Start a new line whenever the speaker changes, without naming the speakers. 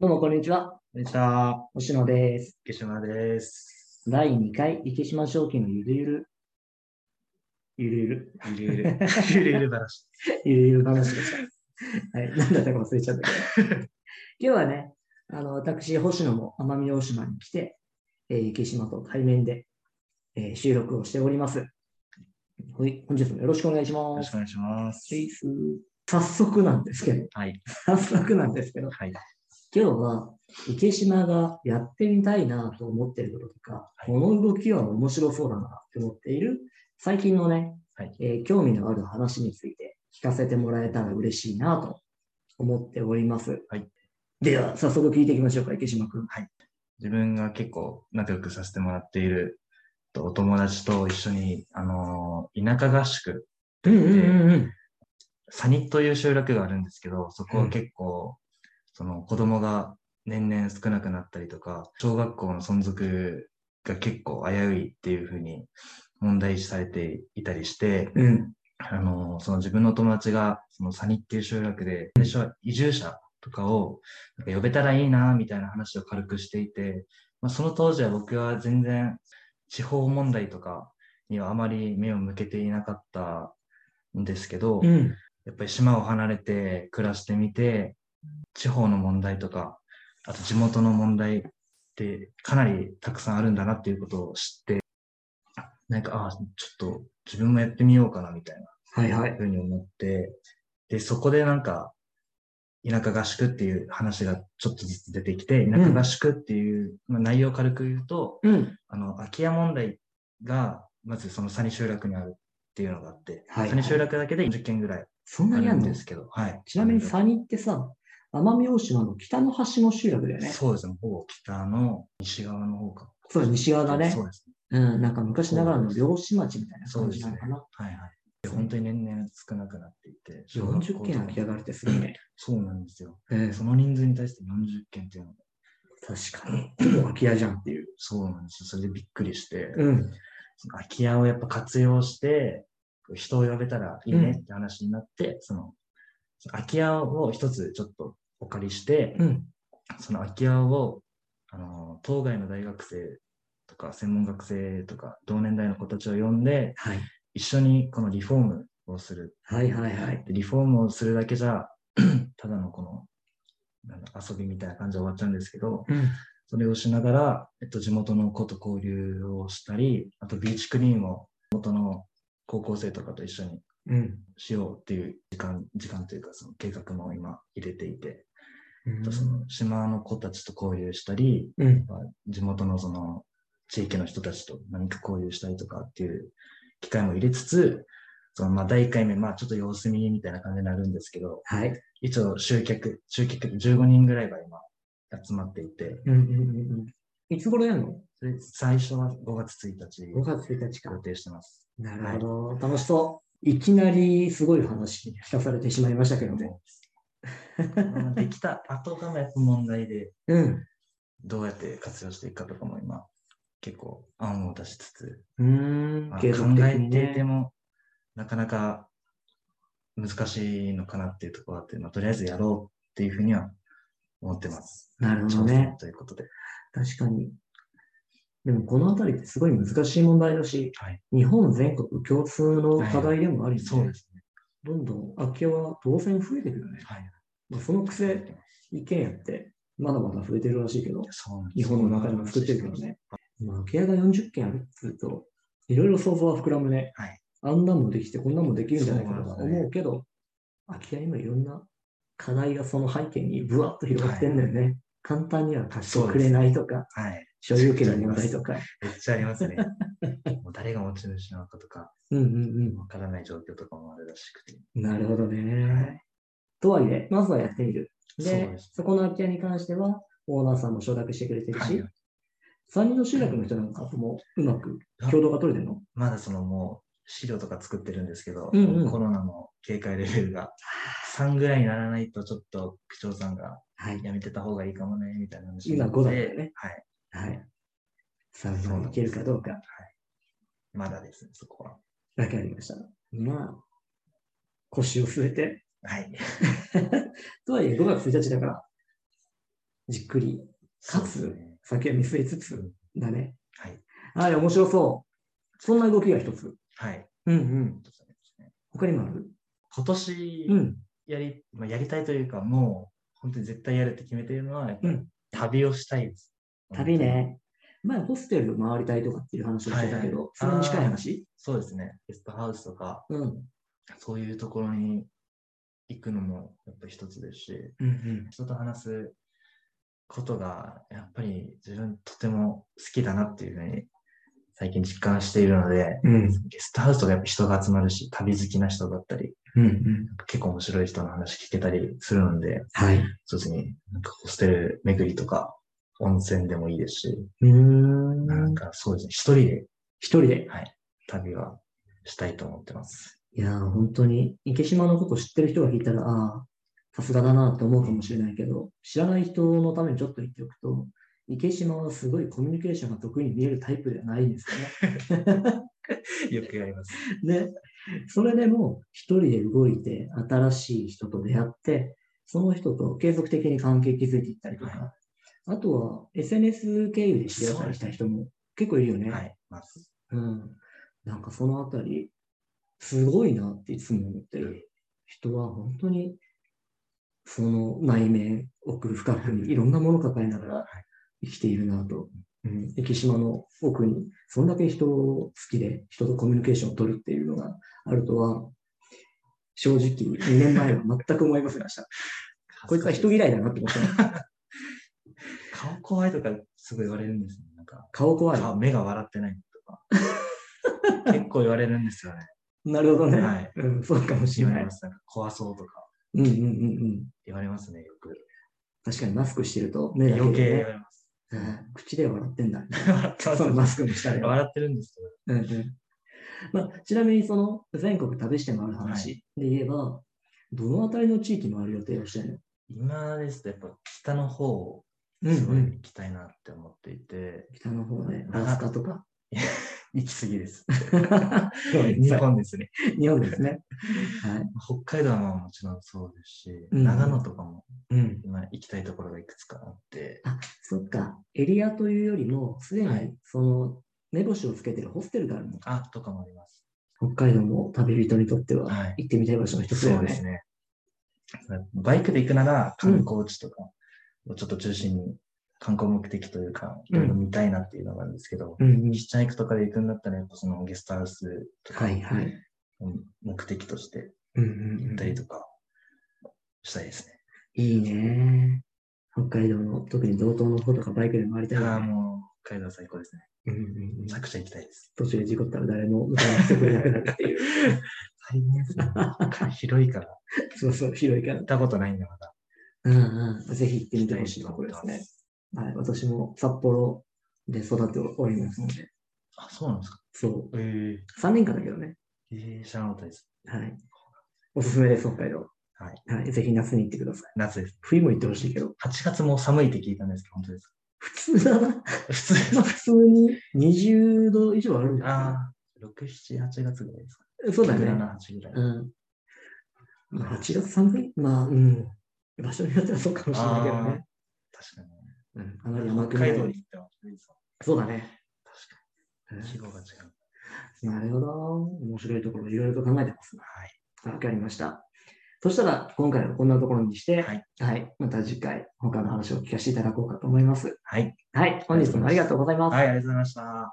どうも、こんにちは。
こんにちは。
星野です。
池島 です。
第2回、池島正規のゆるゆる、ゆるゆる、
ゆるゆる。ゆるゆる 話。
ゆるゆる話でした。はい、何だったか忘れちゃったけど。 今日はね、あの、私、星野も奄美大島に来て、えー池島と対面で、えー収録をしております。はい、本日もよろしくお願いし
よろ
ま
し
す
く。お願いします。
早速なんですけど、
はい。
早速なんですけど、
はい。
今日は池島がやってみたいなと思っていることとか、
はい
この動きは面白そうだなと思っている最近のね、
はい
えー興味のある話について聞かせてもらえたら嬉しいなと思っております。
はい
では、早速聞いていきましょうか、池島君。
自分が結構仲良くさせてもらっているとお友達と一緒に、あのー田舎合宿、
うんうんうん。
サニという集落があるんですけど、そこは結構、その子供が年々少なくなったりとか、小学校の存続が結構危ういっていうふうに問題視されていたりして、
うん
あの、その自分の友達が、そのサニっていう集落で、最初は移住者とかをなんか呼べたらいいな、みたいな話を軽くしていて、まあ、その当時は僕は全然地方問題とかにはあまり目を向けていなかったんですけど、
うん
やっぱり島を離れて暮らしてみて、地方の問題とか、あと地元の問題ってかなりたくさんあるんだなっていうことを知って、なんか、ああ、ちょっと自分もやってみようかなみたいな
はいはい。
ふうに思って、で、そこでなんか、田舎合宿っていう話がちょっとずつ出てきて、田舎合宿っていう、まあ、内容を軽く言うと、
うん。
あの、空き家問題が、まずそのサニ集落にあるっていうのがあって、
はいはい
サニ集落だけで10件ぐらい
そん
あ
なにある
るん
ん
で
ですす
けど、はい。
ちなみにサニってさ、奄美大島の北の端の集落だよね。
そうですね、ほぼ北の西側の方か。
そう西側だね
そうですね。
うん、なんか昔ながらの漁師町みたいな感じなのかな。
はいはい。で本当に年々少なくなっていて、小学校と
40
か
件空き家があるってすごいね。
そうなんですよ。
ええ
その人数に対して40件っていうのが
確かに。ほぼ空き家じゃんっていう。
そうなんですよ。それでびっくりして、
うん。
その空き家をやっぱ活用して、人を呼べたらいいねって話になって、その、その空き家を一つちょっとお借りして、
うん。
その空き家を、あの、当該の大学生とか専門学生とか同年代の子たちを呼んで、
はい。
一緒にこのリフォームをする。
はいはいはい。
でリフォームをするだけじゃ、 ただのこの、なんだ遊びみたいな感じで終わっちゃうんですけど、
うん。
それをしながら、えっと、地元の子と交流をしたり、あとビーチクリーンを元の高校生とかと一緒に
うん。
しようっていう時間、時間というかその計画も今入れていて、
うん
あとその島の子たちと交流したり、
うん。
まあ地元のその地域の人たちと何か交流したりとかっていう機会も入れつつ、そのまあ第1回目、まあちょっと様子見みたいな感じになるんですけど、
はい。
一応集客、集客15人ぐらいが今集まっていて、
うんうんうんうん。いつ頃やるの
それ最初は5月1日
?5 月1日か
予。定してます。
なるほど。楽しそう。いきなりすごい話に聞かされてしまいましたけどね。
もうできた後がやっぱ問題で、
うん。
どうやって活用していくかとかも今、結構案を出しつつ、
うー
ま
ん。
あ
継
考
続的
え
に
ていて
ね。
も、なかなか難しいのかなっていうところがあって、まあ、とりあえずやろうっていうふうには思ってます。
なるほど
挑戦
ね。
ということで。
確かに。でもこのあたりってすごい難しい問題だし、
はい
日本全国共通の課題でもあり、
そうですね。
どんどん空き家は当然増えてくるよね。
はい。
まあ、そのくせ、意見やって、まだまだ増えてるらしいけど、
そうなんで
日
す
本の中でも作ってるからね。まあ、空き家が40件あるって言うと、いろいろ想像は膨らむね。
はい
あんなんもできて、こんなんもできるんじゃないかとか
そうなんですね
思うけど、空き家今いろんな課題がその背景にぶわっと広がってんだよね。簡単には貸してくれないとか、
はい。
所有権の問題とか。
めっちゃありま すね。もう誰が持ち主なのかとか、
うんうん
わからない状況とかもあるらしくて。
うん。なるほど
は
ね
い。
とはいえ、まずはやってみる。
そう
で
で、
そ
す
この空き家に関しては、オーナーさんも承諾してくれてるし、
はい
三人の集落の人なんかともうまく共同が取れてるの
まだそのもう資料とか作ってるんですけど、
うんうん
コロナの警戒レベルが3ぐらいにならないとちょっと区長さんが
はい。
やめてた方がいいかもね、みたいな話にな
今5
って
だよね。
はい。
はい。三人いけるかどうか、
まだですね、そこは。
わかりました。まあ、腰を据えて。
はい。
とはいえ5月1日だから、じっくり、かつ、
ね
先を見据えつ
う
つ
ん
だね。
はい。
はい、面白そう。そんな動きが一つ。
はい。
うんうん。
一つありますね
他にもある
今年
うん。
やり、まあ、やりたいというか、もう本当に絶対やるって決めてるのは、やっぱり
うん
旅をしたいです。
旅。ね。前、ホステル回りたいとかっていう話をしてたけ
はいは
ど
い、
それに近い話
そうですね。ゲストハウスとか、
うん。うん
そういうところに行くのもやっぱり一つですし、
うん。
人と話すことがやっぱり自分とても好きだなっていうふうに最近実感しているので、
うん。
ゲストハウスとかやっぱ人が集まるし、旅好きな人だったり、
うんうん。
結構面白い人の話聞けたりするので、
はい。
そうですね、なんかホステル巡りとか、温泉でもいいですし、
うー
なん
ん。
かそうですね、一人で
一人で。
旅はしたいと思ってます。
いやー、本当に、池島のこと知ってる人が聞いたら、ああ、さすがだなって思うかもしれないけど、知らない人のためにちょっと言っておくと、池島はすごいコミュニケーションが得意に見えるタイプではないんですよね。
よくやります。
で、それでも一人で動いて、新しい人と出会って、その人と継続的に関係築いていったりとか、あとは SNS 経由で知り合ったりした人も結構いるよね。
はい、ます。
うん。なんかそのあたり、すごいなっていつも思ってる。人は本当に、その内面、奥深くにいろんなものを抱えながら生きているなと。うん、駅島の奥に、そんだけ人を好きで、人とコミュニケーションを取るっていうのがあるとは、正直、2年前は全く思いませんで した。こいつは人嫌いだなって思った。
顔怖いとかすごい言われるんですよ。なんか、
顔怖い。
顔目が笑ってない とか。結構言われるんですよね。
なるほどね。
はい
うん、そうかもし
言
れな
われ
い
ま。す。なんか怖そうとか
うんうんうんうん。
言われますね、よく。
確かにマスクしてると目だけで、ね、
余計言われます。
うん口で笑ってん だ。
笑 ってます
そのマスクの下では。
笑ってるんですけど。
うんうんまあ、ちなみに、その全国旅して回る話で言えば、どのあたりの地域回る予定をしてる
今ですと、やっぱ北の方を
の
すごい
うんうん
行きたいなって思っていて、
北の方ね、アラスカとか。
行き過ぎです。日
日
本ですね。
日本ですね。はい。
北海道はもちろんそうですし、
うん
長野とかも
うん。
今行きたいところがいくつかあって、
あ、そっか。エリアというよりも、すで
はい
に、その、目星をつけてるホステルがあるのか。
あ、とかもあります。
北海道も旅人にとっては
はい、
行ってみたい場所の一つだ
そ
よ
うです
ね。
ね。バイクで行くなら観光地とかをちょっと中心に観光目的というか、いろいろ見たいなっていうのがあるんですけど、
うんうん
ヒッチハイクとかで行くんだったら、やっぱそのゲストハウスとか
はいはい。
目的として
うんう
行っ
ん
たりとかしたいですね。
いいね。北海道の、特に道東の方とかバイクで回りたいよ
ああ、
ね。
もう北海道最高ですね。
うんうんうん
めちゃくちゃ行きたいです。
途中で事故ったら誰も歌ってくれなくなるっていう。
大変ですね。 広いから。行
そうそう、広いから
っ。たことないんだ、まだ。
うんうん。ぜひ行ってみてほしいと
行
ころ
き
で
た
す
い
ね。。はい、私も札幌で育っておりますので、
あ、そうなんですか。
そ
えー
う、3年間だけどね。
えー、知らなかったです。
はい。おすすめです、北海道。。
はい
はい、ぜひ夏に行ってください。
夏です。
冬も行ってほしいけど、
8月も寒いって聞いたんですけど、本当です か
普通だな。
普通です
まあ普通に20度以上あるんじゃない
ああ、6、7、8月ぐらいですか。
そうだね。
7、8ぐらい。
うん。まあ、8月寒いまあ、うん。場所によってはそうかもしれないけどね。
確かに。
うん。あまり甘く
北
ない
海道に行ってもいいです
そうだね。
もん。確かに。季語が違う。
なるほど。面白いところいろいろと考えてますね
はい。
わかりました。そしたら、今回はこんなところにして、
はい。
また次回、他の話を聞かせていただこうかと思います。
はい。
はい。本日もありがとうございます。
はい、ありがとうございました。